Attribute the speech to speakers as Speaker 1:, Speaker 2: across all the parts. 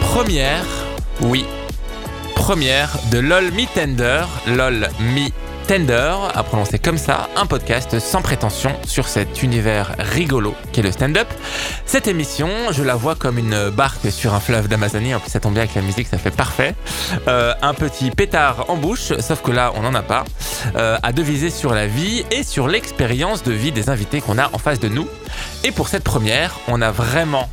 Speaker 1: première, oui, première de LOL Me Tender, LOL Me Tender, à prononcer comme ça, un podcast sans prétention sur cet univers rigolo qu'est le stand-up. Cette émission, je la vois comme une barque sur un fleuve d'Amazonie, en plus ça tombe bien avec la musique, ça fait parfait. Euh, un petit pétard en bouche, sauf que là on n'en a pas, euh, à deviser sur la vie et sur l'expérience de vie des invités qu'on a en face de nous. Et pour cette première, on a vraiment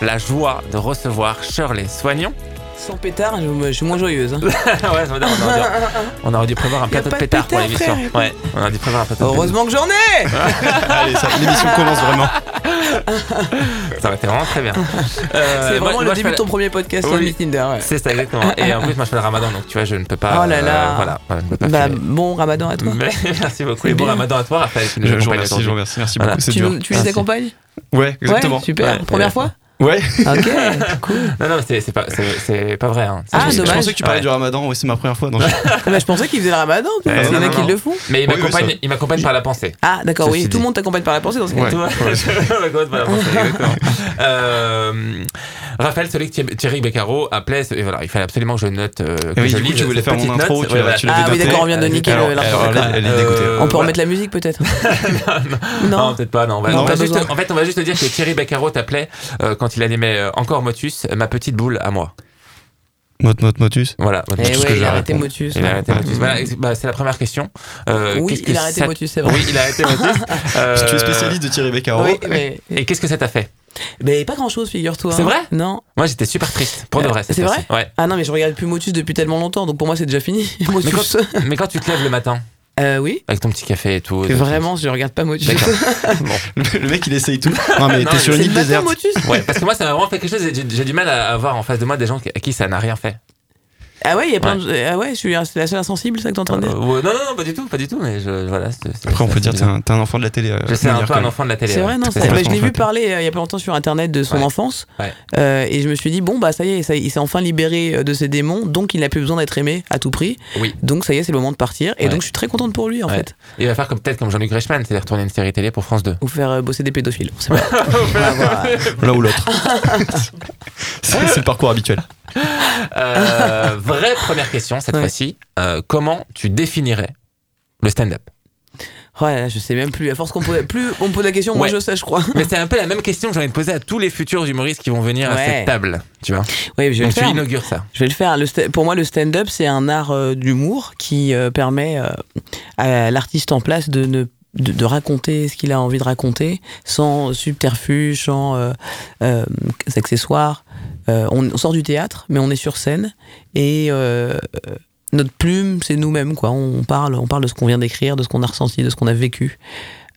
Speaker 1: la joie de recevoir Shirley Soignon.
Speaker 2: Sans pétard, je, je suis moins joyeuse. hein.
Speaker 1: Ouais, ça veut dire, on, aurait dû, on aurait dû prévoir un plateau de
Speaker 2: pas de
Speaker 1: pétard pour
Speaker 2: pétard,
Speaker 1: l'émission. Ouais, on aurait dû prévoir un plateau de pétard.
Speaker 2: Heureusement que j'en
Speaker 1: Euh,
Speaker 2: ai
Speaker 3: Allez, ça, l'émission commence vraiment.
Speaker 1: Ça aurait été vraiment très bien. Euh,
Speaker 2: C'est
Speaker 1: moi-
Speaker 2: vraiment
Speaker 1: moi,
Speaker 2: le
Speaker 1: je
Speaker 2: début de
Speaker 1: fais-
Speaker 2: ton premier podcast
Speaker 1: Oui.
Speaker 2: sur le Tinder. ouais.
Speaker 1: C'est ça, exactement. Et en plus, moi je fais le ramadan, donc tu vois, je ne peux pas.
Speaker 2: Oh là
Speaker 1: euh,
Speaker 2: là.
Speaker 1: voilà, voilà, je ne peux pas
Speaker 2: Bah,
Speaker 1: filer.
Speaker 2: bon ramadan à toi.
Speaker 1: Mais- merci beaucoup. Et bon
Speaker 2: bien.
Speaker 1: ramadan à toi, Raphaël. qui nous
Speaker 3: Je, je vous
Speaker 1: accompagne
Speaker 3: remercie, je vous
Speaker 1: aujourd'hui.
Speaker 3: remercie, merci
Speaker 1: Voilà.
Speaker 3: beaucoup, c'est
Speaker 2: Tu,
Speaker 3: dur.
Speaker 2: nous- tu les
Speaker 1: Merci.
Speaker 2: accompagnes
Speaker 3: Ouais, exactement.
Speaker 2: Ouais, super.
Speaker 1: Ouais.
Speaker 2: Première fois
Speaker 3: Ouais.
Speaker 2: Ok, cool.
Speaker 1: Non, non, mais c'est c'est pas, c'est- c'est pas vrai. hein.
Speaker 2: Ah,
Speaker 3: je,
Speaker 2: dommage.
Speaker 3: pensais que tu parlais
Speaker 1: Ouais.
Speaker 3: du ramadan, ouais, c'est ma première fois. Non, je-
Speaker 2: Bah, je pensais qu'ils faisaient le ramadan, tu vois,
Speaker 3: Eh,
Speaker 2: parce qu'il y en
Speaker 1: non,
Speaker 2: a
Speaker 1: non,
Speaker 2: qui
Speaker 1: non.
Speaker 2: le font.
Speaker 1: Mais il
Speaker 3: Oui, oui,
Speaker 1: m'accompagne
Speaker 3: ça-
Speaker 1: il m'accompagne par la pensée.
Speaker 2: Ah, d'accord,
Speaker 3: Ceci
Speaker 2: oui. Tout
Speaker 3: dit.
Speaker 2: le monde t'accompagne par la pensée dans ce cas.
Speaker 3: Ouais.
Speaker 1: Tu vois Je m'accompagne par la pensée, exactement. Euh, Raphaël, celui que Thierry- Thierry Beccaro appelait, ce- et voilà, il fallait absolument que je note. euh, que
Speaker 3: oui,
Speaker 1: je
Speaker 3: du coup,
Speaker 1: lise
Speaker 3: tu voulais
Speaker 1: cette
Speaker 3: faire mon
Speaker 1: petite
Speaker 3: intro,
Speaker 1: note.
Speaker 3: tu l'as-
Speaker 1: Ouais,
Speaker 3: tu
Speaker 1: voilà.
Speaker 3: l'as
Speaker 2: Ah oui,
Speaker 3: dénoté.
Speaker 2: d'accord, on vient de niquer
Speaker 3: Alors,
Speaker 2: le-
Speaker 3: alors,
Speaker 2: l'intro.
Speaker 3: là, elle est dégoûtée.
Speaker 1: Euh,
Speaker 2: On peut
Speaker 1: voilà.
Speaker 2: remettre la musique peut-être
Speaker 1: Non,
Speaker 2: Non.
Speaker 1: peut-être pas. Non, on va,
Speaker 2: Non,
Speaker 1: on va
Speaker 2: pas
Speaker 1: juste,
Speaker 2: besoin.
Speaker 1: en fait, on va juste te dire que Thierry Beccaro t'appelait euh, quand il animait euh, encore Motus, ma petite boule à moi.
Speaker 3: Mot, mot, motus.
Speaker 1: Voilà. Motus,
Speaker 2: Eh
Speaker 3: ce
Speaker 2: ouais,
Speaker 3: que
Speaker 2: il
Speaker 3: j'ai
Speaker 2: a arrêté
Speaker 3: raconté.
Speaker 2: Motus. hein.
Speaker 1: Il a arrêté
Speaker 3: Ouais.
Speaker 1: Motus. Voilà, et c'est- bah, c'est la première question. Euh,
Speaker 2: Oui,
Speaker 1: qu'est-ce que
Speaker 2: il a arrêté
Speaker 1: ça-
Speaker 2: Motus, c'est vrai.
Speaker 1: Oui, il a arrêté Motus.
Speaker 3: Si
Speaker 1: Euh,
Speaker 3: tu es spécialiste de Thierry Beccaro,
Speaker 2: Oui, mais,
Speaker 1: oh. Et qu'est-ce que ça t'a fait
Speaker 2: mais pas grand chose, figure-toi. hein.
Speaker 1: C'est vrai
Speaker 2: Non.
Speaker 1: Moi, j'étais super triste. Pour de vrai. cette
Speaker 2: Euh, C'est
Speaker 1: fois-ci. Ouais.
Speaker 2: Ah non, mais je regarde plus Motus depuis tellement longtemps, donc pour moi c'est déjà fini.
Speaker 1: Mais
Speaker 2: Motus.
Speaker 1: quand, mais quand tu te lèves le matin,
Speaker 2: Euh, oui.
Speaker 1: avec ton petit café et tout. de-
Speaker 2: Vraiment, je regarde pas Motus.
Speaker 1: D'accord.
Speaker 3: le le mec il essaye tout. Non, mais
Speaker 1: Non,
Speaker 3: t'es sur
Speaker 1: mais
Speaker 3: une
Speaker 2: C'est le
Speaker 3: île
Speaker 2: matin
Speaker 3: déserte.
Speaker 2: Motus
Speaker 1: Ouais, parce que moi, ça m'a vraiment fait quelque chose. et J'ai j'ai du mal à avoir en face de moi des gens qui- à qui ça n'a rien fait.
Speaker 2: Ah ouais, il y a plein de. Ah ouais, je suis la seule insensible, c'est ça que t'es en train de
Speaker 1: Euh,
Speaker 2: dire
Speaker 1: ouais, non, non, non, pas du tout, pas du tout. Mais je, voilà. c'est- c'est-
Speaker 3: Après, on
Speaker 1: c'est
Speaker 3: peut dire, t'es
Speaker 1: bizarre.
Speaker 3: un, t'es un enfant de la télé. euh,
Speaker 1: Je sais
Speaker 3: on va
Speaker 1: un
Speaker 3: dire
Speaker 1: peu
Speaker 3: quand
Speaker 1: un
Speaker 3: même.
Speaker 1: enfant de la télé.
Speaker 2: C'est
Speaker 1: ouais.
Speaker 2: vrai, non,
Speaker 1: Tout
Speaker 2: ça,
Speaker 1: à fait.
Speaker 2: bah, je l'ai
Speaker 3: complètement
Speaker 2: vu
Speaker 3: fait.
Speaker 2: parler euh, il y a pas longtemps sur internet de son
Speaker 1: Ouais.
Speaker 2: enfance.
Speaker 1: Ouais.
Speaker 2: Euh, et je me suis dit, bon, bah ça y est, ça- il s'est enfin libéré euh, de ses démons, donc il n'a plus besoin d'être aimé à tout prix.
Speaker 1: Oui.
Speaker 2: Donc ça y est, c'est le moment de partir. Et
Speaker 1: Ouais.
Speaker 2: donc je suis très contente pour lui en
Speaker 1: Ouais.
Speaker 2: fait.
Speaker 1: Il va faire comme peut-être comme Jean-Luc Reichmann, c'est-à-dire tourner une série télé pour France 2.
Speaker 2: Ou faire euh, bosser des pédophiles. on sait pas. On va voir.
Speaker 3: L'un ou l'autre. c'est c'est le parcours habituel.
Speaker 1: Euh, vraie première question cette
Speaker 2: Ouais.
Speaker 1: fois-ci. Euh, comment tu définirais le stand-up
Speaker 2: Oh là là, je sais même plus. À force qu'on pose, plus on me pose la question, moi
Speaker 1: Ouais.
Speaker 2: je sais, je crois.
Speaker 1: Mais c'est un peu la même question que j'ai envie de poser à tous les futurs humoristes qui vont venir à
Speaker 2: Ouais.
Speaker 1: cette table. Tu vois
Speaker 2: Oui, je vais le
Speaker 1: Donc tu
Speaker 2: faire.
Speaker 1: inaugures ça.
Speaker 2: Je vais le faire. Le sta- pour moi, le stand-up, c'est un art euh, d'humour qui euh, permet euh, à l'artiste en place de ne de, de raconter ce qu'il a envie de raconter sans subterfuge, sans euh, euh, accessoires. Euh, on, on sort du théâtre, mais on est sur scène et euh, euh, notre plume, c'est nous-mêmes quoi. On parle, on parle de ce qu'on vient d'écrire, de ce qu'on a ressenti, de ce qu'on a vécu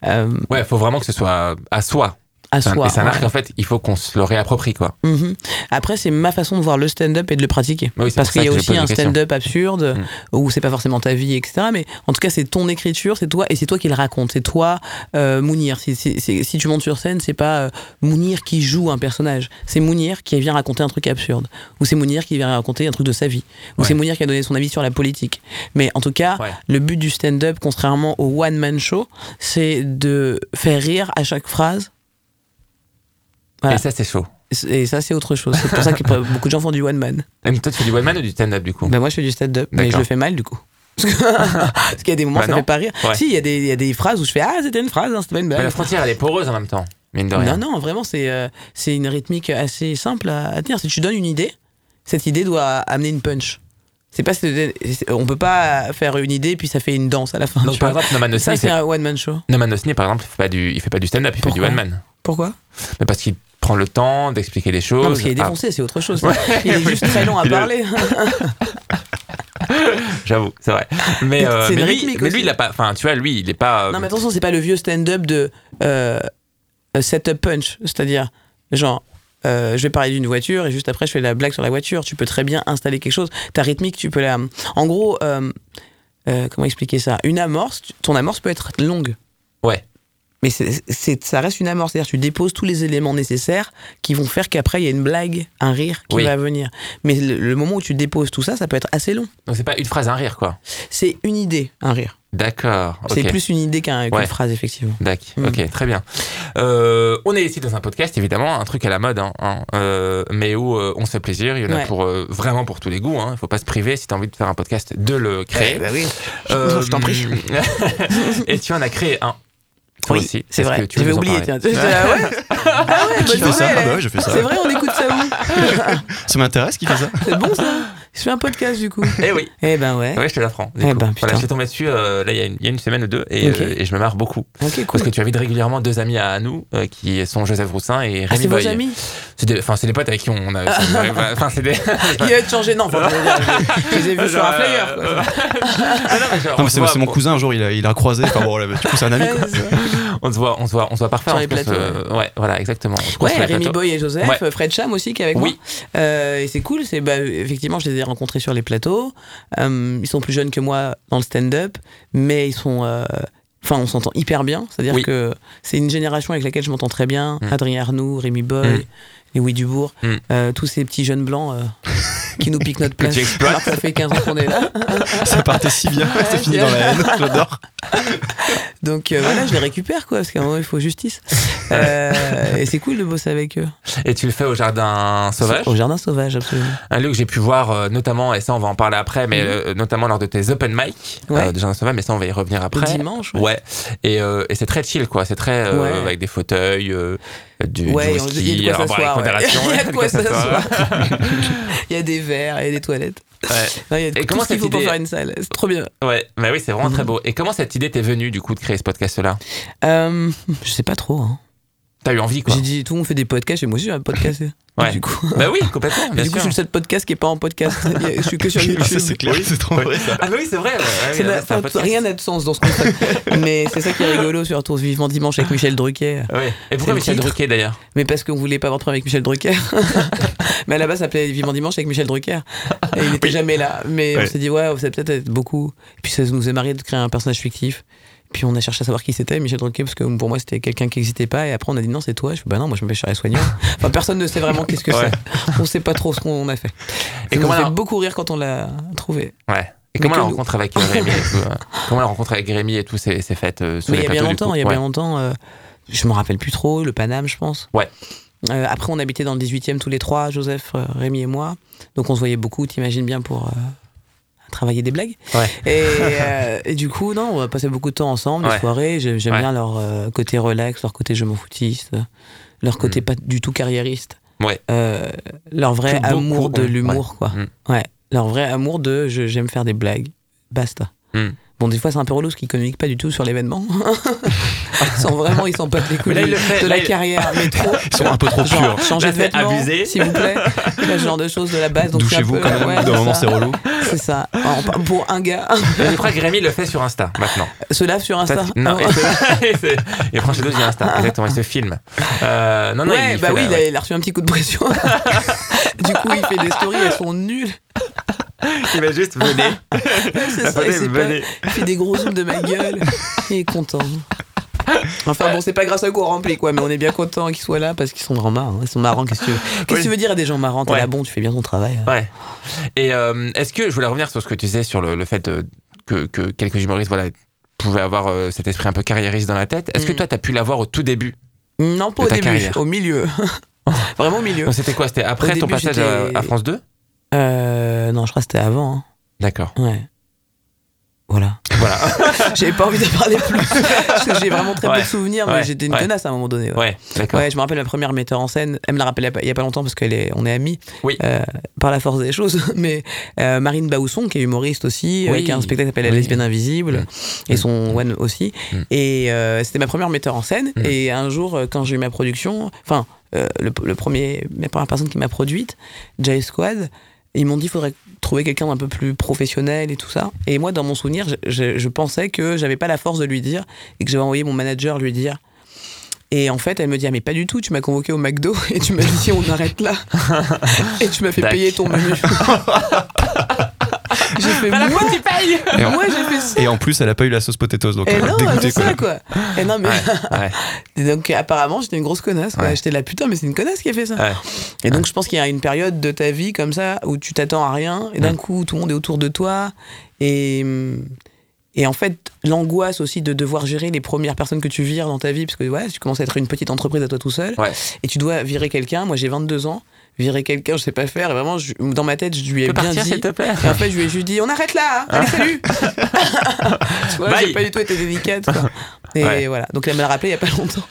Speaker 2: euh,
Speaker 1: Ouais, faut vraiment que ce soit à soi.
Speaker 2: à
Speaker 1: C'est un-
Speaker 2: soi.
Speaker 1: et c'est un
Speaker 2: ouais.
Speaker 1: arc en fait, il faut qu'on se le réapproprie quoi.
Speaker 2: Mhm. Après, c'est ma façon de voir le stand-up et de le pratiquer.
Speaker 1: Oui, c'est
Speaker 2: Parce
Speaker 1: pour ça
Speaker 2: qu'il y a
Speaker 1: que je pose Mm.
Speaker 2: aussi
Speaker 1: la
Speaker 2: un
Speaker 1: question.
Speaker 2: stand-up absurde où c'est pas forcément ta vie, etc. Mais en tout cas, c'est ton écriture, c'est toi et c'est toi qui le raconte. C'est toi, euh, Mounir. Si, si- si- si tu montes sur scène, c'est pas euh, Mounir qui joue un personnage. C'est Mounir qui vient raconter un truc absurde. Ou c'est Mounir qui vient raconter un truc de sa vie. Ou
Speaker 1: Ouais.
Speaker 2: c'est Mounir qui a donné son avis sur la politique. Mais en tout cas,
Speaker 1: Ouais.
Speaker 2: le but du stand-up, contrairement au one-man show, c'est de faire rire à chaque phrase. Voilà.
Speaker 1: Et ça c'est chaud.
Speaker 2: Et ça, c'est autre chose. C'est pour ça que beaucoup de gens font du one-man.
Speaker 1: Et toi tu fais du one man ou du stand-up du coup
Speaker 2: Ben moi je fais du stand-up, mais je
Speaker 1: D'accord.
Speaker 2: le fais mal du coup. Parce qu'il y a des moments,
Speaker 1: Bah
Speaker 2: ça
Speaker 1: non.
Speaker 2: fait pas rire.
Speaker 1: Ouais.
Speaker 2: Si, il y, a des- il y a des phrases où je fais Ah, c'était une phrase, hein, c'était pas une
Speaker 1: Mais
Speaker 2: blague.
Speaker 1: la frontière elle est poreuse en même temps, mine de rien.
Speaker 2: Non, non, vraiment, c'est euh, c'est une rythmique assez simple à, à tenir. Si tu donnes une idée, cette idée doit amener une punch. C'est pas, c'est- c'est- on peut pas faire une idée puis ça fait une danse à la fin.
Speaker 1: Donc
Speaker 2: tu
Speaker 1: par
Speaker 2: vois.
Speaker 1: exemple, Noman
Speaker 2: ça,
Speaker 1: Osni,
Speaker 2: c'est
Speaker 1: c'est-
Speaker 2: un one-man show.
Speaker 1: Noman Osni, par exemple, il fait pas du, il fait pas du stand-up, il fait du
Speaker 2: Pourquoi
Speaker 1: one man.
Speaker 2: Pourquoi
Speaker 1: Mais parce qu'il prend le temps d'expliquer les choses.
Speaker 2: Non, parce qu'il est
Speaker 1: Ah,
Speaker 2: défoncé, c'est autre chose.
Speaker 1: Ouais.
Speaker 2: Il est juste très long à
Speaker 3: Il a-
Speaker 2: parler.
Speaker 1: J'avoue, c'est vrai. Mais, euh,
Speaker 2: C'est une
Speaker 1: mais, lui,
Speaker 2: rythmique
Speaker 1: mais lui,
Speaker 2: aussi.
Speaker 1: il a pas. Enfin, tu vois, lui, il est pas. euh,
Speaker 2: Non, mais attention, c'est pas le vieux stand-up de euh, setup punch. C'est-à-dire, genre, euh, je vais parler d'une voiture et juste après, je fais la blague sur la voiture. Tu peux très bien installer quelque chose. Ta rythmique, tu peux la. En gros, euh, euh, comment expliquer ça Une amorce, tu- ton amorce peut être longue.
Speaker 1: Ouais.
Speaker 2: Mais c'est- c'est- ça reste une amorce, c'est-à-dire tu déposes tous les éléments nécessaires qui vont faire qu'après il y a une blague, un rire qui
Speaker 1: Oui.
Speaker 2: va venir. Mais le, le moment où tu déposes tout ça, ça peut être assez long.
Speaker 1: Donc c'est pas une phrase, un rire, quoi.
Speaker 2: C'est une idée, un rire.
Speaker 1: D'accord. ok.
Speaker 2: C'est plus une idée qu'un- qu'une
Speaker 1: Ouais.
Speaker 2: phrase, effectivement.
Speaker 1: D'accord,
Speaker 2: Mm.
Speaker 1: ok, très bien. Euh, on est ici dans un podcast, évidemment, un truc à la mode, hein, hein, euh, mais où euh, on se fait plaisir. Il y en a
Speaker 2: Ouais.
Speaker 1: pour, euh, vraiment pour tous les goûts. Il ne faut pas se priver. Si tu as envie de faire un podcast, de le créer.
Speaker 2: oui.
Speaker 1: Euh,
Speaker 2: je t'en prie.
Speaker 1: et tu en as créé un. Toi aussi.
Speaker 2: c'est
Speaker 1: Est-ce
Speaker 2: vrai.
Speaker 1: que tu veux
Speaker 2: J'avais
Speaker 1: nous en
Speaker 2: oublié,
Speaker 1: parler
Speaker 2: tiens. Ah ouais, ah ouais
Speaker 3: Qui
Speaker 2: bonne
Speaker 3: fait ça
Speaker 2: nouvelle.
Speaker 3: Ah bah ouais, je fais ça.
Speaker 2: C'est vrai, Ah, on écoute ça où
Speaker 3: Ça m'intéresse qui fait ça
Speaker 2: C'est bon ça Je fais un podcast du coup.
Speaker 1: Eh oui,
Speaker 2: Eh ben ouais.
Speaker 1: ouais, je te l'apprends. du coup.
Speaker 2: Eh ben,
Speaker 1: voilà,
Speaker 2: putain.
Speaker 1: je suis tombé dessus euh, là il y, a une- il y a une semaine ou deux et,
Speaker 2: Ok.
Speaker 1: euh, et je me marre beaucoup.
Speaker 2: Ok, cool.
Speaker 1: Parce que tu invites régulièrement deux amis à nous euh, qui sont Joseph Roussin et
Speaker 2: Ah,
Speaker 1: Rémi
Speaker 2: c'est vos
Speaker 1: Boy.
Speaker 2: amis
Speaker 1: C'est des- Enfin, c'est des potes avec qui on a. Enfin, c'est des.
Speaker 2: Il va être changé, non, faut pas le dire. Je les ai vus sur un flyer.
Speaker 1: euh,
Speaker 2: quoi.
Speaker 1: Ah
Speaker 3: Non, mais c'est c'est mon cousin, un jour, il a, il a croisé. Enfin bon, là, bah, du coup,
Speaker 1: euh,
Speaker 3: c'est un ami. quoi.
Speaker 1: On se voit, on se voit, on se voit parfait.
Speaker 2: Sur
Speaker 1: on se
Speaker 2: les
Speaker 1: pense,
Speaker 2: plateaux,
Speaker 1: euh, ouais. voilà, exactement. On se pense sur
Speaker 2: Ouais,
Speaker 1: les
Speaker 2: Rémi
Speaker 1: plateaux.
Speaker 2: Boy et Joseph,
Speaker 1: Ouais.
Speaker 2: Fred Cham aussi qui est avec
Speaker 1: Oui.
Speaker 2: moi. Euh, et c'est cool, c'est bah, effectivement, je les ai rencontrés sur les plateaux. Euh, ils sont plus jeunes que moi dans le stand-up, mais ils sont. euh, Enfin, on s'entend hyper bien. C'est-à-dire
Speaker 1: Oui.
Speaker 2: que c'est une génération avec laquelle je m'entends très bien.
Speaker 1: Mm.
Speaker 2: Adrien Arnoux, Rémi Boy,
Speaker 1: Mm.
Speaker 2: les Louis Dubourg,
Speaker 1: Mm.
Speaker 2: euh, tous ces petits jeunes blancs euh, qui nous piquent notre
Speaker 1: Que
Speaker 2: place.
Speaker 1: tu exploites.
Speaker 2: Alors que ça fait 15 ans qu'on est là.
Speaker 3: Ça partait si bien, c'est fini dans la haine. J'adore.
Speaker 2: Donc euh, voilà, je les récupère, quoi, parce qu'à un moment, il faut justice. Euh, et c'est cool de bosser avec eux.
Speaker 1: Et tu le fais au jardin sauvage,
Speaker 2: Au jardin sauvage, absolument.
Speaker 1: un lieu que j'ai pu voir euh, notamment, et ça on va en parler après, mais
Speaker 2: Mhm.
Speaker 1: euh, notamment lors de tes open mic
Speaker 2: Ouais.
Speaker 1: euh, de jardin sauvage, mais ça on va y revenir après.
Speaker 2: Le dimanche, ouais.
Speaker 1: Ouais, et, euh, et c'est très chill quoi, c'est très euh,
Speaker 2: Ouais.
Speaker 1: avec des fauteuils, euh, du,
Speaker 2: Ouais,
Speaker 1: du euh,
Speaker 2: on-
Speaker 1: whisky,
Speaker 2: il y a de quoi
Speaker 1: alors, bon,
Speaker 2: s'asseoir,
Speaker 1: avec
Speaker 2: ouais.
Speaker 1: modération,
Speaker 2: Il y a de quoi
Speaker 1: s'asseoir.
Speaker 2: Il y a des verres, il y a des toilettes.
Speaker 1: Ouais.
Speaker 2: Non, il y a
Speaker 1: Et
Speaker 2: tout
Speaker 1: comment
Speaker 2: ce qu'il
Speaker 1: cette
Speaker 2: faut pour
Speaker 1: idée-
Speaker 2: faire une salle. C'est trop bien.
Speaker 1: Ouais, mais oui, c'est vraiment très
Speaker 2: Mhm.
Speaker 1: beau. Et comment cette idée t'est venue du coup de créer ce podcast-là
Speaker 2: Euh, je sais pas trop. hein.
Speaker 1: T'as eu envie quoi
Speaker 2: J'ai dit, tout le monde fait des podcasts, et moi aussi j'ai un podcast.
Speaker 1: Ouais.
Speaker 2: Du coup,
Speaker 1: Bah oui, complètement.
Speaker 2: du
Speaker 1: Bien
Speaker 2: coup, je
Speaker 1: sûr.
Speaker 2: suis le seul podcast qui est pas en podcast. Je suis que sur YouTube.
Speaker 3: ah, Ça, c'est clair, c'est trop vrai ça.
Speaker 1: Ah bah oui, c'est vrai. ouais, ouais, ouais,
Speaker 2: Ça n'a-
Speaker 1: c'est un
Speaker 2: enfin,
Speaker 1: podcast.
Speaker 2: rien n'a de sens dans ce qu'on fait. Mais c'est ça qui est rigolo sur Retour Vivement Dimanche avec Michel Drucker.
Speaker 1: Ouais. Et pourquoi
Speaker 2: le
Speaker 1: Michel
Speaker 2: titre.
Speaker 1: Drucker d'ailleurs
Speaker 2: Mais parce qu'on voulait pas avoir de problème avec Michel Drucker. mais à la base, ça s'appelait Vivant Dimanche avec Michel Drucker. Et il n'était jamais là. Mais
Speaker 3: Ouais.
Speaker 2: on s'est dit, ouais, ça va peut-être être beaucoup. Puis ça nous est marié de créer un personnage fictif. Puis on a cherché à savoir qui c'était, Michel Drucker, parce que pour moi, c'était quelqu'un qui n'existait pas. Et après, on a dit, non, c'est toi. Je fais, bah non, moi, je m'appelle Charles Soignant. enfin, personne ne sait vraiment qu'est-ce que
Speaker 1: Ouais.
Speaker 2: c'est. On sait pas trop ce qu'on a fait.
Speaker 1: Et
Speaker 2: Et on
Speaker 1: comment
Speaker 2: a fait
Speaker 1: la...
Speaker 2: beaucoup rire quand on l'a trouvé.
Speaker 1: Ouais. Et comment la
Speaker 2: Mais que nous.
Speaker 1: rencontre avec euh, Rémi et tout, euh, Comment la rencontre avec Rémi et tout s'est s'est faite euh, sous
Speaker 2: Mais il
Speaker 1: les
Speaker 2: y a bien
Speaker 1: plateaux, du
Speaker 2: longtemps,
Speaker 1: coup
Speaker 2: il y a bien
Speaker 1: Ouais.
Speaker 2: longtemps. euh, je me rappelle plus trop, le Paname, je pense.
Speaker 1: Ouais.
Speaker 2: Euh, après, on habitait dans le 18e tous les trois, Joseph, euh, Rémi et moi. Donc on se voyait beaucoup, t'imagines bien, pour euh, travailler des blagues.
Speaker 1: Ouais.
Speaker 2: Et, euh, et du coup, non, on a passé beaucoup de temps ensemble,
Speaker 1: Ouais.
Speaker 2: des soirées. J'ai- J'aime
Speaker 1: Ouais.
Speaker 2: bien leur euh, côté relax, leur côté je m'en foutiste, euh, leur côté pas du tout carriériste.
Speaker 1: Mm. Ouais.
Speaker 2: Euh, leur vrai
Speaker 1: Que beaucoup
Speaker 2: amour de
Speaker 1: ont.
Speaker 2: l'humour, quoi.
Speaker 1: Mm.
Speaker 2: Ouais. Leur vrai amour de je- j'aime faire des blagues. Basta.
Speaker 1: Mm.
Speaker 2: Bon, des fois, c'est un peu relou parce qu'ils communiquent pas du tout sur l'événement. ils sont vraiment, ils sont pas les couilles
Speaker 1: Mais là, il le fait,
Speaker 2: de
Speaker 1: là,
Speaker 2: la
Speaker 1: il-
Speaker 2: carrière, mais trop.
Speaker 3: Ils sont un peu trop
Speaker 2: Genre,
Speaker 3: purs.
Speaker 2: changer
Speaker 1: Là,
Speaker 2: de
Speaker 1: c'est
Speaker 2: vêtements,
Speaker 1: abusé.
Speaker 2: s'il vous plaît. Ce genre de choses de la base. donc c'est un
Speaker 3: Douchez-vous
Speaker 2: peu-
Speaker 3: quand même,
Speaker 2: ouais,
Speaker 3: au bout d'un
Speaker 2: c'est
Speaker 3: moment,
Speaker 2: ça.
Speaker 3: c'est relou.
Speaker 2: C'est ça. En- Pour un gars,
Speaker 1: Et je crois que Rémi le fait sur Insta maintenant.
Speaker 2: se lave sur Insta.
Speaker 1: Ça, c'est- non,
Speaker 2: Oh.
Speaker 1: il, se... il se- il prend chez nous via Insta. Exactement, il se filme. Euh, non, non,
Speaker 2: Ah. ouais,
Speaker 1: il
Speaker 2: bah
Speaker 1: fait
Speaker 2: oui,
Speaker 1: la-
Speaker 2: il a-
Speaker 1: ouais.
Speaker 2: il a reçu un petit coup de pression. du coup, il fait des stories, elles sont nulles.
Speaker 1: il va juste venir.
Speaker 2: C'est ça, il sait pas-
Speaker 1: venez.
Speaker 2: Il fait des gros zooms de ma gueule. Il est content. Enfin bon, c'est pas grâce à qu'on remplit quoi, mais on est bien content qu'ils soient là parce qu'ils sont vraiment marrants. Ils sont marrants, qu'est-ce que tu veux Qu'est-ce que
Speaker 1: Oui.
Speaker 2: tu veux dire à des gens marrants T'es
Speaker 1: Ouais.
Speaker 2: là, bon, tu fais bien ton travail. hein.
Speaker 1: Ouais. Et euh, est-ce que je voulais revenir sur ce que tu disais sur le, le fait de- que, que quelques humoristes voilà, pouvaient avoir euh, cet esprit un peu carriériste dans la tête. Est-ce que
Speaker 2: Mm.
Speaker 1: toi, t'as pu l'avoir au tout début
Speaker 2: Non, pas
Speaker 1: De
Speaker 2: au
Speaker 1: ta
Speaker 2: début,
Speaker 1: carrière.
Speaker 2: au milieu. Vraiment au milieu.
Speaker 1: Donc, C'était quoi C'était après ton
Speaker 2: début,
Speaker 1: passage à,
Speaker 2: j'étais-
Speaker 1: à France 2
Speaker 2: Euh, non, je crois que c'était avant. hein.
Speaker 1: D'accord.
Speaker 2: Ouais. Voilà.
Speaker 1: Voilà.
Speaker 2: J'avais pas envie de parler plus. parce que J'ai vraiment très
Speaker 1: Ouais.
Speaker 2: peu de souvenirs,
Speaker 1: Ouais.
Speaker 2: mais j'étais une
Speaker 1: Ouais.
Speaker 2: tenace à un moment donné. ouais.
Speaker 1: Ouais, d'accord.
Speaker 2: Ouais, je me rappelle ma première metteur en scène. Elle me l'a rappelé il y a pas- il y a pas longtemps parce qu'on est, on est amis.
Speaker 1: Oui.
Speaker 2: Euh, par la force des choses. Mais euh, Marine Baousson, qui est humoriste aussi, euh,
Speaker 1: Oui.
Speaker 2: qui a un spectacle qui s'appelle
Speaker 1: Oui.
Speaker 2: La lesbienne invisible, et son One aussi.
Speaker 1: Mm.
Speaker 2: Et euh, c'était ma première metteur en scène.
Speaker 1: Mm.
Speaker 2: Et un jour, euh, quand j'ai eu ma production, enfin, euh, le, le premier, la première personne qui m'a produite, Jay Squad, ils m'ont dit faudrait trouver quelqu'un d'un peu plus professionnel et tout ça. Et moi, dans mon souvenir, je, je- je pensais que j'avais pas la force de lui dire et que j'avais envoyé mon manager lui dire. Et en fait, elle me dit Ah, mais pas du tout, tu m'as convoqué au McDo et tu m'as dit On arrête là. et tu m'as fait
Speaker 1: Dac.
Speaker 2: payer ton menu. J'ai fait
Speaker 1: Bah, la
Speaker 2: moi,
Speaker 1: faute, tu payes
Speaker 3: Et en-
Speaker 2: moi, j'ai fait ça.
Speaker 3: Et en plus, elle a pas eu la sauce potatoes, donc euh,
Speaker 2: Et
Speaker 3: elle va
Speaker 2: non,
Speaker 3: être dégoûtée,
Speaker 2: c'est
Speaker 3: quoi.
Speaker 2: ça quoi. Et non mais
Speaker 1: Ouais.
Speaker 2: Et donc apparemment j'étais une grosse connasse. quoi.
Speaker 1: Ouais.
Speaker 2: J'étais là putain mais c'est une connasse qui a fait ça.
Speaker 1: Ouais.
Speaker 2: Et donc je pense qu'il y a une période de ta vie comme ça où tu t'attends à rien et d'un
Speaker 1: Mm.
Speaker 2: coup tout le monde est autour de toi et et en fait l'angoisse aussi de devoir gérer les premières personnes que tu vires dans ta vie parce que ouais tu commences à être une petite entreprise à toi tout seul
Speaker 1: Ouais.
Speaker 2: et tu dois virer quelqu'un. Moi j'ai 22 ans virer quelqu'un je sais pas faire et vraiment je- dans ma tête je lui
Speaker 1: Tu
Speaker 2: ai
Speaker 1: peux
Speaker 2: bien
Speaker 1: partir,
Speaker 2: dit
Speaker 1: s'il te plaît
Speaker 2: et en fait, je lui ai juste dit, on arrête là, hein. allez, salut Tu vois,
Speaker 1: Ah. Bye.
Speaker 2: j'ai pas du tout été délicate. quoi. Et
Speaker 1: Ouais.
Speaker 2: voilà, donc elle me l'a rappelé il y a pas longtemps.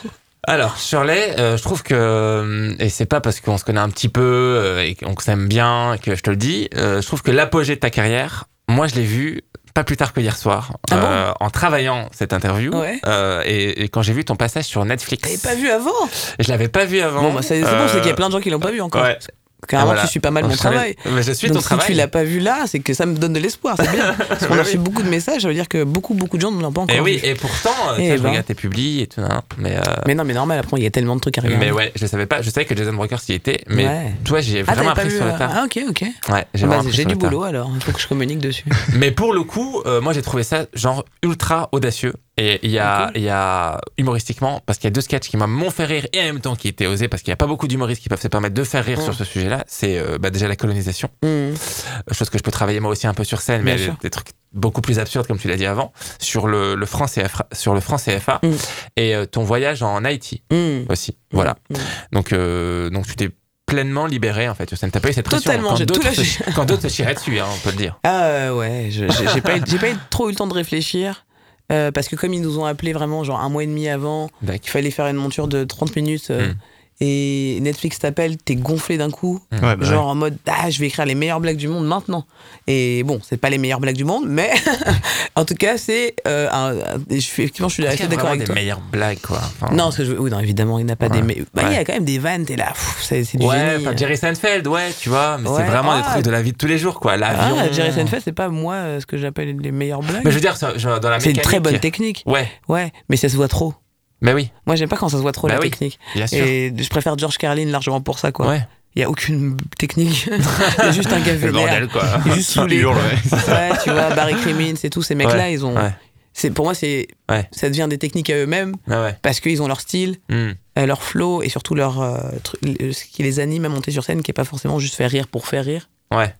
Speaker 1: Alors, Shirley, euh, je trouve que, euh, et c'est pas parce qu'on se connaît un petit peu euh, et qu'on s'aime bien que je te le dis, euh, je trouve que l'apogée de ta carrière, moi je l'ai vu pas plus tard que hier soir,
Speaker 2: Ah bon
Speaker 1: euh, en travaillant cette interview,
Speaker 2: Ouais.
Speaker 1: euh, et, et quand j'ai vu ton passage sur
Speaker 2: T'avais
Speaker 1: Netflix.
Speaker 2: pas vu avant
Speaker 1: Je l'avais pas vu avant.
Speaker 2: Bon, bah, c'est c'est
Speaker 1: Euh,
Speaker 2: bon, c'est qu'il y a plein de gens qui l'ont pas vu encore.
Speaker 1: ouais.
Speaker 2: Carrément,
Speaker 1: Voilà.
Speaker 2: tu suis pas mal
Speaker 1: Donc,
Speaker 2: mon
Speaker 1: je savais-
Speaker 2: travail.
Speaker 1: Mais je suis
Speaker 2: Donc
Speaker 1: ton
Speaker 2: si
Speaker 1: travail.
Speaker 2: tu l'as pas vu là, c'est que ça me donne de l'espoir, c'est bien. Parce qu'on a
Speaker 1: Oui,
Speaker 2: reçu
Speaker 1: oui.
Speaker 2: beaucoup de messages, ça veut dire que beaucoup, beaucoup de gens ne l'ont pas encore
Speaker 1: Et oui,
Speaker 2: vu.
Speaker 1: et pourtant, euh,
Speaker 2: Eh
Speaker 1: tu sais, je
Speaker 2: ben.
Speaker 1: regarde tes publis et tout, hein, mais, euh,
Speaker 2: Mais non, mais normal, après, il y a tellement de trucs à
Speaker 1: mais,
Speaker 2: regarder.
Speaker 1: ouais, je le savais pas. Je savais que Jason Brokers y était, mais
Speaker 2: Eh ben. Ouais.
Speaker 1: toi, j'ai vraiment
Speaker 2: Ah, t'avais pas
Speaker 1: appris
Speaker 2: vu
Speaker 1: sur le
Speaker 2: euh,
Speaker 1: tard.
Speaker 2: Ah, ok, ok.
Speaker 1: Ouais, j'ai
Speaker 2: Bah,
Speaker 1: vraiment appris
Speaker 2: J'ai
Speaker 1: sur
Speaker 2: du
Speaker 1: le tard.
Speaker 2: boulot alors, il faut que je communique dessus.
Speaker 1: Mais pour le coup, euh, moi j'ai trouvé ça genre ultra audacieux. Et il y a,
Speaker 2: Ok.
Speaker 1: il y a humoristiquement, parce qu'il y a deux sketchs qui m'a- m'ont fait rire et en même temps qui étaient osés, parce qu'il n'y a pas beaucoup d'humoristes qui peuvent se permettre de faire rire
Speaker 2: Mm.
Speaker 1: sur ce sujet-là. C'est euh, bah, déjà la colonisation, Euh,
Speaker 2: Mmh.
Speaker 1: chose que je peux travailler moi aussi un peu sur scène, mais
Speaker 2: Bien sûr.
Speaker 1: des trucs beaucoup plus absurdes comme tu l'as dit avant, sur le, le franc CFA, sur le franc CFA
Speaker 2: Mm.
Speaker 1: et euh, ton voyage en Haïti
Speaker 2: Mmh.
Speaker 1: aussi. Voilà.
Speaker 2: Mmh.
Speaker 1: Donc, euh, donc tu t'es pleinement libéré en fait, Hussein. T'as pas eu cette pression hein,
Speaker 2: Totalement,
Speaker 1: quand
Speaker 2: j'ai tout
Speaker 1: d'autres
Speaker 2: lâché.
Speaker 1: se- quand d'autres se chiraient dessus, hein, on peut le dire.
Speaker 2: Ah euh, ouais, je- j'ai j'ai pas, eu- j'ai pas eu trop eu le temps de réfléchir. euh, parce que comme ils nous ont appelé vraiment genre un mois et demi avant, qu'il fallait faire une monture de 30 minutes euh,
Speaker 1: Mm.
Speaker 2: et Netflix t'appelle, t'es gonflé d'un coup.
Speaker 3: Ouais, bah,
Speaker 2: Genre en mode, ah, je vais écrire les meilleures blagues du monde maintenant. Et bon, c'est pas les meilleures blagues du monde, mais en tout cas, c'est. euh, un- un- je suis- effectivement, je suis
Speaker 1: Est-ce
Speaker 2: assez
Speaker 1: qu'il y a
Speaker 2: d'accord
Speaker 1: vraiment
Speaker 2: avec
Speaker 1: des
Speaker 2: toi.
Speaker 1: meilleures blagues, quoi. Enfin,
Speaker 2: Non, parce que je, oui, non, évidemment, il n'y en a pas
Speaker 1: Ouais.
Speaker 2: des. mais- bah, il y
Speaker 1: Ouais.
Speaker 2: a quand même des vannes, t'es là, pff, c'est c'est du
Speaker 1: Ouais,
Speaker 2: génie. hein.
Speaker 1: enfin, Jerry Seinfeld, ouais, tu vois, mais c'est
Speaker 2: Ouais.
Speaker 1: vraiment des
Speaker 2: Ah.
Speaker 1: trucs de la vie de tous les jours, quoi. L'avion.
Speaker 2: Ah, Jerry Seinfeld, c'est pas moi euh, ce que j'appelle les meilleures blagues.
Speaker 1: Mais je veux dire, ça, genre, dans la
Speaker 2: C'est
Speaker 1: mécanique.
Speaker 2: une très bonne technique.
Speaker 1: Ouais,
Speaker 2: Ouais, mais ça se voit trop.
Speaker 1: mais oui,
Speaker 2: Moi, j'aime pas quand ça se voit trop
Speaker 1: Bah
Speaker 2: la
Speaker 1: oui,
Speaker 2: technique.
Speaker 1: bien sûr.
Speaker 2: Et je préfère George Carlin largement pour ça, quoi.
Speaker 1: ouais.
Speaker 2: Il y a aucune technique. Il y a juste un gars
Speaker 1: Le
Speaker 2: vénère.
Speaker 1: bordel, quoi.
Speaker 2: Il est juste
Speaker 3: Il
Speaker 2: saoulé.
Speaker 3: hurle, ouais.
Speaker 2: Ouais, tu vois, Barry Crimmins et tous ces mecs-là,
Speaker 1: Ouais,
Speaker 2: ils ont.
Speaker 1: Ouais,
Speaker 2: C'est pour moi, c'est
Speaker 1: Ouais.
Speaker 2: ça devient des techniques à eux-mêmes
Speaker 1: ouais, Ah ouais.
Speaker 2: parce qu'ils ont leur style,
Speaker 1: Hmm.
Speaker 2: euh, leur flow et surtout leur euh, tru- euh, ce qui les anime à monter sur scène, qui est pas forcément juste faire rire pour faire rire.
Speaker 1: Ouais.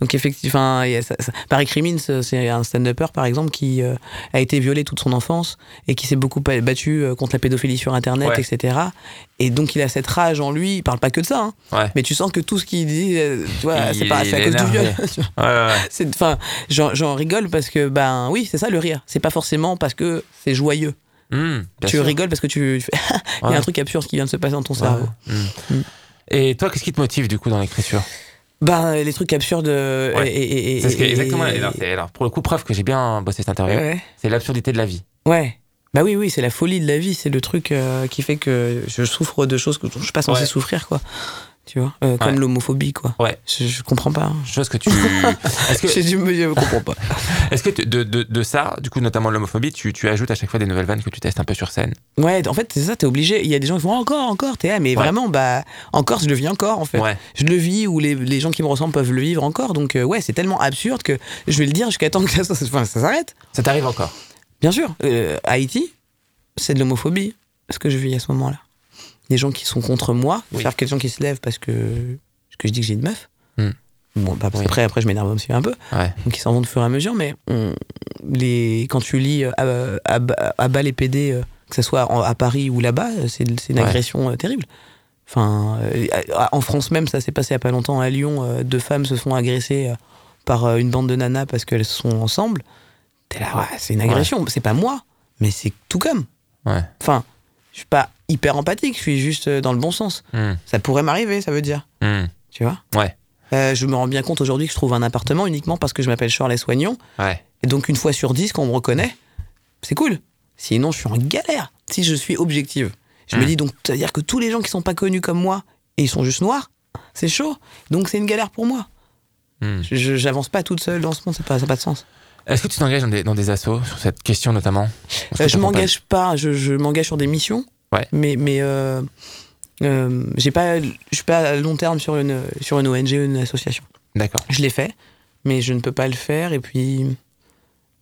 Speaker 2: Donc effectivement, il y a ça- ça- Barry Crimmins, euh, c'est un stand-upper par exemple qui euh, a été violé toute son enfance et qui s'est beaucoup ba- battu euh, contre la pédophilie sur Internet,
Speaker 1: Ouais.
Speaker 2: etc. Et donc il a cette rage en lui. Il parle pas que de ça, hein.
Speaker 1: Ouais.
Speaker 2: mais tu sens que tout ce qu'il dit, euh, tu vois,
Speaker 1: Il-
Speaker 2: c'est pas
Speaker 1: il
Speaker 2: c'est à
Speaker 1: est
Speaker 2: cause du viol.
Speaker 1: énervé.
Speaker 2: tu vois.
Speaker 1: Ouais, ouais, ouais.
Speaker 2: C'est- Enfin, j'en j'en rigole parce que ben oui, c'est ça le rire. C'est pas forcément parce que c'est joyeux.
Speaker 1: Hmm, bien
Speaker 2: tu
Speaker 1: sûr.
Speaker 2: rigoles parce que tu. Il y
Speaker 1: Ouais.
Speaker 2: a un truc absurde qui vient de se passer dans ton
Speaker 1: Ouais.
Speaker 2: cerveau.
Speaker 1: Hmm. Et toi, qu'est-ce qui te motive, du coup, dans l'écriture
Speaker 2: Ben, les trucs absurdes. euh,
Speaker 1: Ouais.
Speaker 2: et- et- et-
Speaker 1: C'est ce que,
Speaker 2: et-
Speaker 1: exactement.
Speaker 2: et-
Speaker 1: Alors, c'est- alors, pour le coup, preuve que j'ai bien bossé cette interview,
Speaker 2: Ouais.
Speaker 1: c'est l'absurdité de la vie.
Speaker 2: Ouais. Bah oui, oui, c'est la folie de la vie. C'est le truc euh, qui fait que je souffre de choses que dont je suis pas censé
Speaker 1: Ouais.
Speaker 2: souffrir, quoi. Tu vois Euh, Comme
Speaker 1: Ouais.
Speaker 2: l'homophobie, quoi.
Speaker 1: Ouais.
Speaker 2: Je, je comprends pas. hein.
Speaker 1: Chose que tu. Est-ce que,
Speaker 2: J'ai du- je comprends pas.
Speaker 1: est-ce que tu- de, de, de ça, du coup, notamment de l'homophobie, tu, tu ajoutes à chaque fois des nouvelles vannes que tu testes un peu sur scène
Speaker 2: Ouais, en fait, c'est ça, t'es obligé. Il y a des gens qui font encore, encore, t'es ah, mais
Speaker 1: Ouais.
Speaker 2: vraiment, bah, encore, je le vis encore, en fait.
Speaker 1: Ouais.
Speaker 2: Je le vis ou les, les gens qui me ressemblent peuvent le vivre encore. Donc, euh, ouais, c'est tellement absurde que je vais le dire jusqu'à temps que ça, enfin, ça s'arrête.
Speaker 1: Ça t'arrive encore
Speaker 2: Bien sûr, euh, Haïti, c'est de l'homophobie, ce que je vis à ce moment-là. Des gens qui sont contre moi,
Speaker 1: Oui.
Speaker 2: faire que des gens qui se lèvent parce que, parce que je dis que j'ai une meuf.
Speaker 1: Hmm.
Speaker 2: Bon, bah,
Speaker 1: Oui.
Speaker 2: après, après, je m'énerve aussi un peu.
Speaker 1: Ouais.
Speaker 2: Donc, ils s'en vont de fur et à mesure, mais on- les, quand tu lis euh, à- à, à- à bas les PD, euh, que ce soit en- à Paris ou là-bas, euh, c'est c'est une
Speaker 1: Ouais.
Speaker 2: agression euh, terrible. Enfin, euh, à- en France même, ça s'est passé il n'y a pas longtemps. À Lyon, euh, deux femmes se font agresser euh, par euh, une bande de nanas parce qu'elles sont ensemble. T'es là, ouais, c'est une agression. C'est pas moi, mais c'est tout comme.
Speaker 1: Ouais.
Speaker 2: Enfin, je suis pas hyper empathique, je suis juste euh, dans le bon sens.
Speaker 1: Hmm.
Speaker 2: Ça pourrait m'arriver, ça veut dire.
Speaker 1: Hmm.
Speaker 2: Tu vois
Speaker 1: Ouais.
Speaker 2: Euh, je me rends bien compte aujourd'hui que je trouve un appartement uniquement parce que je m'appelle Charles Soignon.
Speaker 1: Ouais.
Speaker 2: Et donc, une fois sur dix, quand on me reconnaît, c'est cool. Sinon, je suis en galère si je suis objective. Je
Speaker 1: Mm.
Speaker 2: me dis donc, ça veut dire que tous les gens qui sont pas connus comme moi et ils sont juste noirs, c'est chaud. Donc, c'est une galère pour moi.
Speaker 1: Hmm.
Speaker 2: Je- je- J'avance pas toute seule dans ce monde, ça n'a pas, ça a pas de sens.
Speaker 1: Est-ce que tu t'engages dans des, dans des assos sur cette question notamment Est-ce
Speaker 2: Euh,
Speaker 1: que
Speaker 2: je
Speaker 1: t'accompagnes
Speaker 2: m'engage pas, je, je m'engage sur des missions.
Speaker 1: Ouais.
Speaker 2: Mais, mais euh, euh, j'ai pas, je suis pas à long terme sur une, sur une ONG ou une association.
Speaker 1: D'accord.
Speaker 2: Je l'ai fait, mais je ne peux pas le faire. Et puis,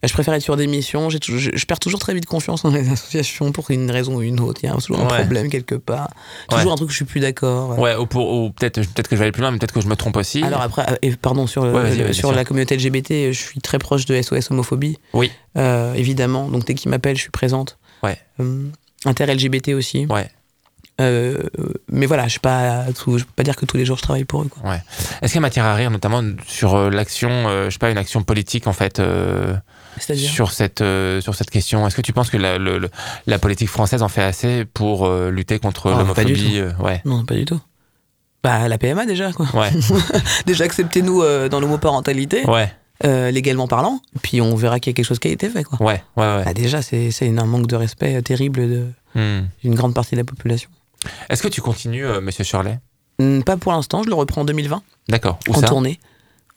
Speaker 2: bah, je préfère être sur des missions. J'ai tou- je, je perds toujours très vite confiance dans les associations pour une raison ou une autre. Il y a toujours un
Speaker 1: Ouais.
Speaker 2: problème quelque part. Toujours un truc où je suis plus d'accord.
Speaker 1: Ouais, ou, pour- ou peut-être peut que je vais aller plus loin, mais peut-être que je me trompe aussi.
Speaker 2: Alors après, euh, et pardon, sur, le-
Speaker 1: Ouais, vas-y,
Speaker 2: le-
Speaker 1: vas-y,
Speaker 2: sur
Speaker 1: sûr.
Speaker 2: la communauté LGBT, euh, je suis très proche de SOS Homophobie.
Speaker 1: Oui.
Speaker 2: Euh, évidemment, donc dès qu'ils m'appellent, je suis présente.
Speaker 1: Ouais.
Speaker 2: Euh, Inter-LGBT aussi.
Speaker 1: Ouais.
Speaker 2: Euh, mais voilà, je ne pas, tout- je peux pas dire que tous les jours je travaille pour eux. quoi.
Speaker 1: Est-ce qu'il y a matière à rire, notamment sur euh, l'action, euh, je sais pas, une action politique en fait euh,
Speaker 2: C'est-à-dire
Speaker 1: sur cette euh, sur cette question Est-ce que tu penses que la, le- le- la politique française en fait assez pour euh, lutter contre
Speaker 2: Oh,
Speaker 3: Ah, pas du
Speaker 1: l'homophobie euh, Ouais.
Speaker 2: Non, pas du tout. Bah, la PMA déjà, quoi.
Speaker 1: Ouais.
Speaker 2: Déjà, acceptez-nous euh, dans l'homoparentalité,
Speaker 1: Ouais,
Speaker 2: euh, légalement parlant, puis on verra qu'il y a quelque chose qui a été fait, quoi.
Speaker 1: ouais, ouais. ouais.
Speaker 2: Bah, déjà, c'est c'est un manque de respect euh, terrible de-
Speaker 1: Hmm.
Speaker 2: d'une grande partie de la population.
Speaker 1: Est-ce que tu continues, euh, Monsieur Shirley
Speaker 2: Hmm, Pas pour l'instant, je le reprends en 2020,
Speaker 1: D'accord. Où
Speaker 2: en
Speaker 1: ça
Speaker 2: tournée.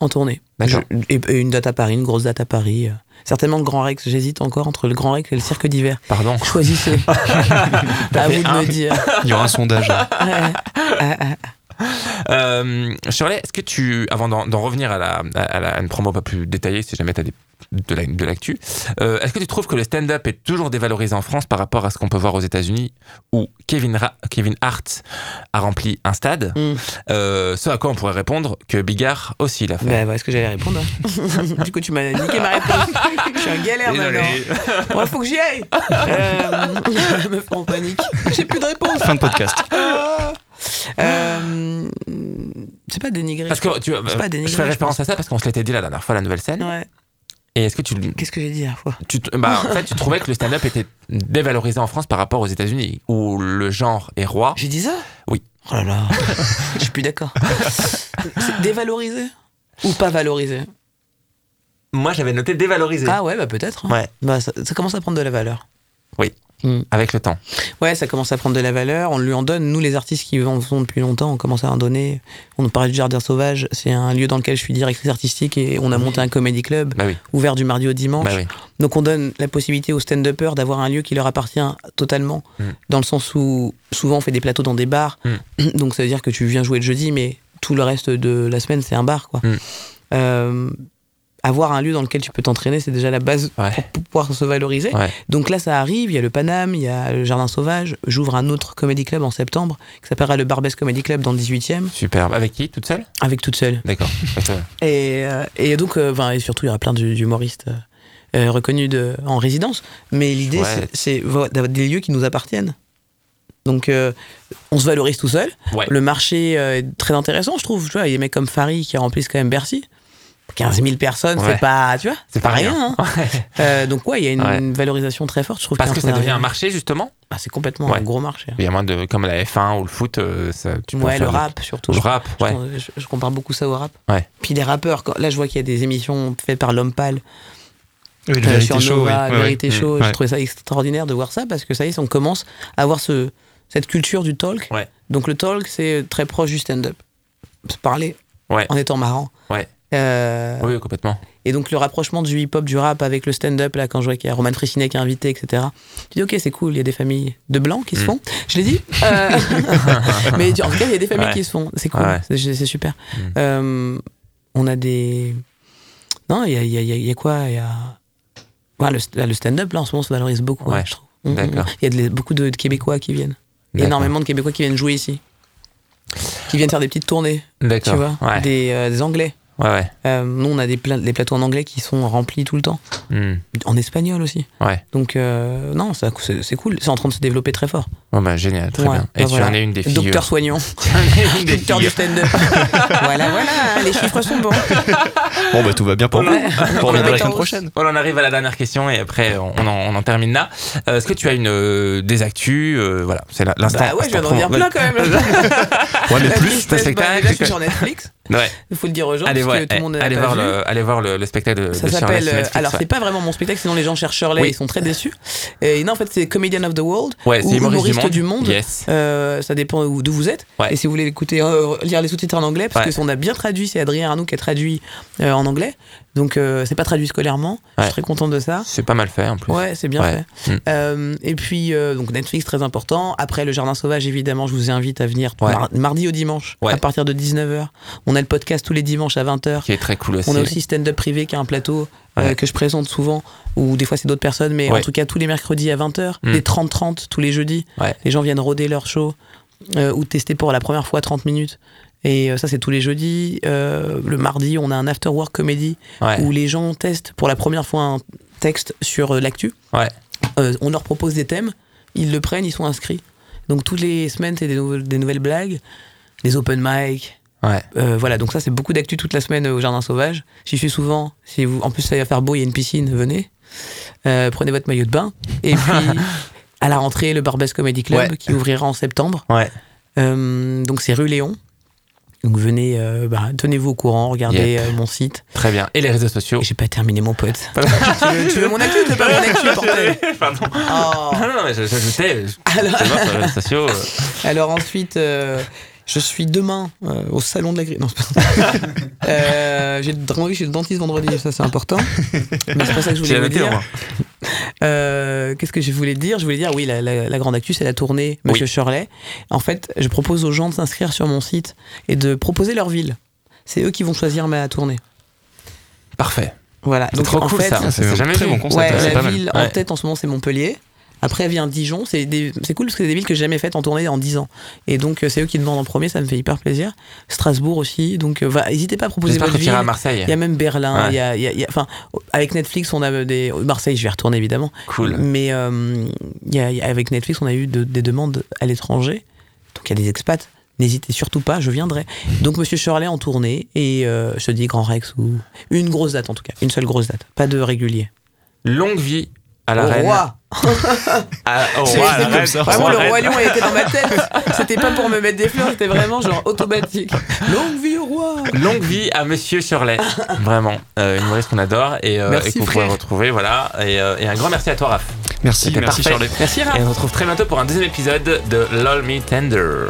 Speaker 2: En tournée.
Speaker 1: D'accord.
Speaker 2: Je- et, et une date à Paris, une grosse date à Paris. euh. Certainement le Grand Rex, j'hésite encore entre le Grand Rex et le Cirque d'hiver.
Speaker 1: Pardon.
Speaker 2: Choisissez. à vous de
Speaker 1: un.
Speaker 2: me dire.
Speaker 3: Il y aura un sondage.
Speaker 2: Ouais. Ah, ah,
Speaker 1: Euh, Shirley, est-ce que tu, avant d'en d'en revenir à, la, à, la- à une promo pas plus détaillée, si jamais tu as de la- de l'actu, euh, est-ce que tu trouves que le stand-up est toujours dévalorisé en France par rapport à ce qu'on peut voir aux États-Unis, où Kevin, Ra- Kevin Hart a rempli un stade,
Speaker 2: Mm.
Speaker 1: euh, ce à quoi on pourrait répondre que Bigard aussi l'a fait
Speaker 2: Bah, voilà ce que j'allais répondre. hein du coup, tu m'as niqué ma réponse. Je suis en galère maintenant. Ouais, faut que j'y aille. Euh, me fera en panique. J'ai plus de réponse.
Speaker 3: Fin de podcast.
Speaker 2: Euh, c'est pas dénigré.
Speaker 1: Parce que tu, euh,
Speaker 2: C'est pas
Speaker 1: je
Speaker 2: dénigré,
Speaker 1: fais
Speaker 2: je
Speaker 1: référence à ça parce qu'on se l'était dit la dernière fois, la nouvelle scène.
Speaker 2: Ouais.
Speaker 1: Et est-ce que tu,
Speaker 2: Qu'est-ce que j'ai dit la dernière fois
Speaker 1: tu te- bah, en fait, tu trouvais que le stand-up était dévalorisé en France par rapport aux États-Unis, où le genre est roi
Speaker 2: J'ai dit ça
Speaker 1: Oui.
Speaker 2: Oh là là. Je suis plus d'accord. C'est dévalorisé ou pas valorisé
Speaker 1: Moi, j'avais noté dévalorisé.
Speaker 2: Ah ouais, bah peut-être. hein.
Speaker 1: Ouais.
Speaker 2: Bah, ça, ça commence à prendre de la valeur.
Speaker 1: Avec le temps.
Speaker 2: Ouais, ça commence à prendre de la valeur. On lui en donne. Nous, les artistes qui en font depuis longtemps, on commence à en donner. On parlait du Jardin Sauvage. C'est un lieu dans lequel je suis directrice artistique et on a monté un comedy club
Speaker 1: Bah oui.
Speaker 2: ouvert du mardi au dimanche.
Speaker 1: Bah oui.
Speaker 2: Donc on donne la possibilité aux stand-uppers d'avoir un lieu qui leur appartient totalement,
Speaker 1: Mm.
Speaker 2: dans le sens où souvent on fait des plateaux dans des bars,
Speaker 1: Mm.
Speaker 2: donc ça veut dire que tu viens jouer le jeudi, mais tout le reste de la semaine c'est un bar. quoi.
Speaker 1: Mm.
Speaker 2: Euh, avoir un lieu dans lequel tu peux t'entraîner, c'est déjà la base
Speaker 1: Ouais.
Speaker 2: pour pouvoir se valoriser.
Speaker 1: Ouais.
Speaker 2: Donc là ça arrive, il y a le Paname, il y a le Jardin Sauvage, j'ouvre un autre comedy club en septembre qui s'appellera le Barbès Comedy Club dans le 18 e
Speaker 1: Superbe. Avec qui Toute seule
Speaker 2: avec toute seule.
Speaker 1: D'accord. Avec toi.
Speaker 2: Et, euh, et donc, euh, ben, et surtout, il y aura plein d'hu- d'humoristes euh, euh, reconnus de, en résidence. Mais l'idée,
Speaker 1: Chouette.
Speaker 2: c'est- c'est vo- d'avoir des lieux qui nous appartiennent. Donc, euh, on se valorise tout seul.
Speaker 1: Ouais.
Speaker 2: Le marché euh, est très intéressant, je trouve. Tu vois, il y a des mecs comme Farid qui remplissent quand même Bercy. 15 000 personnes,
Speaker 1: Ouais.
Speaker 2: c'est pas, tu vois,
Speaker 1: C'est pas rien.
Speaker 2: hein. Euh, donc, ouais, il y a une,
Speaker 1: Ouais.
Speaker 2: une valorisation très forte, je trouve.
Speaker 1: Parce que ça devient un
Speaker 2: marché.
Speaker 1: marché, justement.
Speaker 2: c'est complètement
Speaker 1: Ouais.
Speaker 2: un gros marché. hein.
Speaker 1: Il y a moins de. Comme la F1 ou le foot, euh, ça, tu peux
Speaker 2: Ouais,
Speaker 1: faire
Speaker 2: le
Speaker 1: des-
Speaker 2: rap, surtout.
Speaker 1: Le
Speaker 2: je
Speaker 1: rap, ouais.
Speaker 2: Je, je compare beaucoup ça au rap.
Speaker 1: Ouais.
Speaker 2: Puis les rappeurs, quand- là je vois qu'il y a des émissions faites par l'homme pâle
Speaker 3: Oui, le
Speaker 2: euh,
Speaker 3: vérité
Speaker 2: sur
Speaker 3: show, oui.
Speaker 2: Nova,
Speaker 3: Ouais, ouais.
Speaker 2: Vérité
Speaker 1: Mm.
Speaker 2: Show.
Speaker 3: Ouais.
Speaker 2: J'ai trouvé ça extraordinaire de voir ça parce que ça y est, on commence à avoir ce, cette culture du talk.
Speaker 1: Ouais.
Speaker 2: Donc le talk, c'est très proche du stand-up. Se parler
Speaker 1: Ouais.
Speaker 2: en étant marrant.
Speaker 1: Ouais.
Speaker 2: Euh,
Speaker 1: Oui, complètement.
Speaker 2: et donc le rapprochement du hip-hop, du rap avec le stand-up, là, quand je vois qu'il y a Roman Frissinet qui est invité, etc. Tu dis, ok, c'est cool, il y a des familles de blancs qui se
Speaker 1: Mm.
Speaker 2: font. Je l'ai dit. Euh, mais tu- en tout cas, il y a des familles
Speaker 1: Ouais.
Speaker 2: qui se font. C'est cool,
Speaker 1: Ouais.
Speaker 2: c'est- c'est super.
Speaker 1: Mm.
Speaker 2: Euh, on a des. Non, il y a, il y a- il y a- il y a quoi Il y a. Ouais, le, st- le stand-up, là, en ce moment, se valorise beaucoup,
Speaker 1: Ouais.
Speaker 2: hein, je trouve. Mm, mm,
Speaker 1: D'accord.
Speaker 2: mm. Il y a de- beaucoup de, de Québécois qui viennent.
Speaker 1: D'accord.
Speaker 2: Énormément de Québécois qui viennent jouer ici. Qui viennent faire des petites tournées, tu
Speaker 1: D'accord.
Speaker 2: vois.
Speaker 1: Ouais.
Speaker 2: Des, euh, des Anglais.
Speaker 1: ouais, ouais.
Speaker 2: Euh, nous, on a des, pla- des plateaux en anglais qui sont remplis tout le temps.
Speaker 1: Hmm.
Speaker 2: En espagnol aussi.
Speaker 1: Ouais.
Speaker 2: Donc, euh, non, ça- c'est c'est cool. C'est en train de se développer très fort.
Speaker 1: Bon, bah, génial. Très
Speaker 2: Ouais,
Speaker 1: bien. Et
Speaker 2: bah,
Speaker 1: tu
Speaker 2: voilà.
Speaker 1: en es une des euh, figures.
Speaker 2: Docteur Soignant.
Speaker 1: Tu en es une des
Speaker 2: Docteur du
Speaker 1: figures.
Speaker 2: stand-up. voilà, voilà, hein, les chiffres sont bons.
Speaker 3: Bon, bah tout va bien pour vous. On
Speaker 1: On en
Speaker 3: reviendra la
Speaker 1: arrive-
Speaker 3: semaine prochaine.
Speaker 1: Voilà, on arrive à la dernière question et après on on en, on en termine là. Euh, Est-ce que tu as une euh, des actus euh, Voilà, c'est la- l'instant.
Speaker 2: Bah ouais, je viens de
Speaker 1: d'instant promo.
Speaker 2: revenir plein quand même.
Speaker 3: Ouais, mais
Speaker 2: La
Speaker 3: plus.
Speaker 2: tristesse,
Speaker 1: ton spectacle,
Speaker 2: bah, Là, je suis
Speaker 1: que-
Speaker 2: sur Netflix.
Speaker 1: Ouais.
Speaker 2: Il faut le dire aux gens.
Speaker 1: Allez,
Speaker 2: parce
Speaker 1: voir, eh,
Speaker 2: que tout le monde n'a
Speaker 1: allez
Speaker 2: pas
Speaker 1: voir
Speaker 2: vu.
Speaker 1: le, allez voir le, le spectacle de,
Speaker 2: Ça
Speaker 1: de Shirley
Speaker 2: s'appelle.
Speaker 1: sur
Speaker 2: euh,
Speaker 1: Netflix,
Speaker 2: alors,
Speaker 1: ouais.
Speaker 2: c'est pas vraiment mon spectacle, sinon les gens cherchent Shirley,
Speaker 1: Oui.
Speaker 2: ils sont très déçus. Et non, en fait, c'est Comedian of the World.
Speaker 1: Ouais,
Speaker 2: ou
Speaker 1: c'est humoriste,
Speaker 2: humoriste du monde.
Speaker 1: Yes.
Speaker 2: Euh, ça dépend où- d'où vous êtes.
Speaker 1: Ouais.
Speaker 2: Et si vous voulez l'écouter, euh, lire les sous-titres en anglais, parce
Speaker 1: Ouais.
Speaker 2: que si on a bien traduit, c'est Adrien Arnoux qui a traduit euh, en anglais. Donc, euh, c'est pas traduit scolairement. Je
Speaker 1: Ouais.
Speaker 2: suis très contente de ça.
Speaker 1: C'est pas mal fait en plus.
Speaker 2: Ah. Ouais, c'est bien
Speaker 1: Ouais.
Speaker 2: fait.
Speaker 1: Mm.
Speaker 2: Euh, et puis, euh, donc Netflix, très important. Après, le Jardin Sauvage, évidemment, je vous invite à venir
Speaker 1: Ouais.
Speaker 2: mar- mardi au dimanche,
Speaker 1: Ouais.
Speaker 2: à partir de 19h. On a a le podcast tous les dimanches à 20h.
Speaker 1: Qui est très cool aussi.
Speaker 2: On a aussi stand-up privé qui a un plateau euh,
Speaker 1: Ouais.
Speaker 2: que je présente souvent, ou des fois c'est d'autres personnes, mais
Speaker 1: Ouais.
Speaker 2: en tout cas tous les mercredis à 20h,
Speaker 1: Mm.
Speaker 2: les 30-30 tous les jeudis.
Speaker 1: Ouais.
Speaker 2: Les gens viennent roder leur show euh, ou tester pour la première fois 30 minutes. Et euh, ça, c'est tous les jeudis. Euh, le mardi, on a un after work comedy
Speaker 1: Ouais.
Speaker 2: où les gens testent pour la première fois un texte sur euh, l'actu.
Speaker 1: Ouais.
Speaker 2: Euh, on leur propose des thèmes, ils le prennent, ils sont inscrits. Donc toutes les semaines, c'est des, nouveaux- des nouvelles blagues, des open mic.
Speaker 1: Ouais.
Speaker 2: Euh, voilà, donc ça, c'est beaucoup d'actu toute la semaine euh, au Jardin Sauvage. J'y suis souvent. Si vous... En plus, ça va faire beau, il y a une piscine, venez. Euh, prenez votre maillot de bain. Et puis, à la rentrée, le Barbès Comedy Club
Speaker 1: Ouais.
Speaker 2: qui ouvrira en septembre.
Speaker 1: Ouais.
Speaker 2: Euh, donc c'est rue Léon. Donc venez, euh, bah, tenez-vous au courant, regardez
Speaker 1: Yep.
Speaker 2: euh, mon site.
Speaker 1: Très bien. Et les réseaux sociaux.
Speaker 2: Et J'ai pas terminé mon pote. tu, veux, tu veux mon actu Tu veux pas mon actu bordel Ah,
Speaker 1: Pardon.
Speaker 2: Oh.
Speaker 1: Ah Non, non, non, mais je- j'ajoutais. je-
Speaker 2: Alors,
Speaker 1: c'est bon, sur les réseaux sociaux.
Speaker 2: Ah,
Speaker 1: euh,
Speaker 2: alors ensuite, euh, je suis demain euh, au salon de la grippe. Non, c'est pas ça. Euh, J'ai vraiment envie, j'ai le dentiste vendredi, ça c'est important. Mais c'est pas ça que je
Speaker 1: J'ai
Speaker 2: voulais
Speaker 1: la
Speaker 2: vous
Speaker 1: noté au
Speaker 2: dire.
Speaker 1: moins.
Speaker 2: Euh, qu'est-ce que je voulais dire Je voulais dire, oui, la, la- la grande actu, c'est la tournée Monsieur Shirley. En fait, je propose aux gens de s'inscrire sur mon site et de proposer leur ville. C'est eux qui vont choisir ma tournée.
Speaker 1: Parfait.
Speaker 2: Voilà.
Speaker 1: C'est
Speaker 2: Donc,
Speaker 1: trop
Speaker 2: en
Speaker 1: cool
Speaker 2: fait,
Speaker 1: ça.
Speaker 3: c'est
Speaker 1: Ça,
Speaker 3: un
Speaker 1: jamais
Speaker 3: très
Speaker 1: vu.
Speaker 3: bon concept,
Speaker 2: Ouais,
Speaker 3: ça, c'est
Speaker 2: la
Speaker 3: pas mal.
Speaker 2: ville en
Speaker 1: Ouais.
Speaker 2: tête en ce moment, c'est Montpellier. Après vient Dijon. C'est des- c'est cool parce que c'est des villes que j'ai jamais faites en tournée en 10 ans. Et donc, euh, c'est eux qui demandent en premier, ça me fait hyper plaisir. Strasbourg aussi. Donc, euh, va- n'hésitez pas à proposer
Speaker 1: J'espère que
Speaker 2: votre
Speaker 1: tu
Speaker 2: ville.
Speaker 1: iras à
Speaker 2: Il y
Speaker 1: Marseille.
Speaker 2: a même Berlin.
Speaker 1: Ouais.
Speaker 2: Il y a- il y a- il y a- enfin, avec Netflix, on a euh, des. Marseille, je vais y retourner évidemment.
Speaker 1: Cool.
Speaker 2: Mais euh, il y a- il y a- avec Netflix, on a eu de- des demandes à l'étranger. Donc il y a des expats. N'hésitez surtout pas, je viendrai. Donc Monsieur Shirley en tournée et euh, je te dis Grand Rex ou une grosse date en tout cas, une seule grosse date, pas de régulier.
Speaker 1: Longue vie à la
Speaker 2: Au
Speaker 1: reine.
Speaker 2: roi,
Speaker 1: Ah, au
Speaker 3: C'est-
Speaker 1: roi,
Speaker 3: c'est
Speaker 1: la
Speaker 3: comme
Speaker 1: reine.
Speaker 3: ça.
Speaker 1: Au
Speaker 2: vraiment
Speaker 1: roi,
Speaker 2: le
Speaker 1: la
Speaker 2: roi
Speaker 1: reine.
Speaker 2: lion était dans ma tête. C'était pas pour me mettre des fleurs, c'était vraiment genre automatique. Longue vie au roi.
Speaker 1: Longue vie à Monsieur Shirley, vraiment euh, une humoriste qu'on adore et, euh,
Speaker 2: Merci,
Speaker 1: et qu'on pourrait
Speaker 2: frère.
Speaker 1: retrouver voilà et, euh, et un grand merci à toi Raph.
Speaker 3: Merci,
Speaker 1: C'était
Speaker 3: merci
Speaker 1: parfait.
Speaker 3: Charlie.
Speaker 2: Merci Raph.
Speaker 1: Et on se retrouve très bientôt pour un deuxième épisode de LOL Me Tender.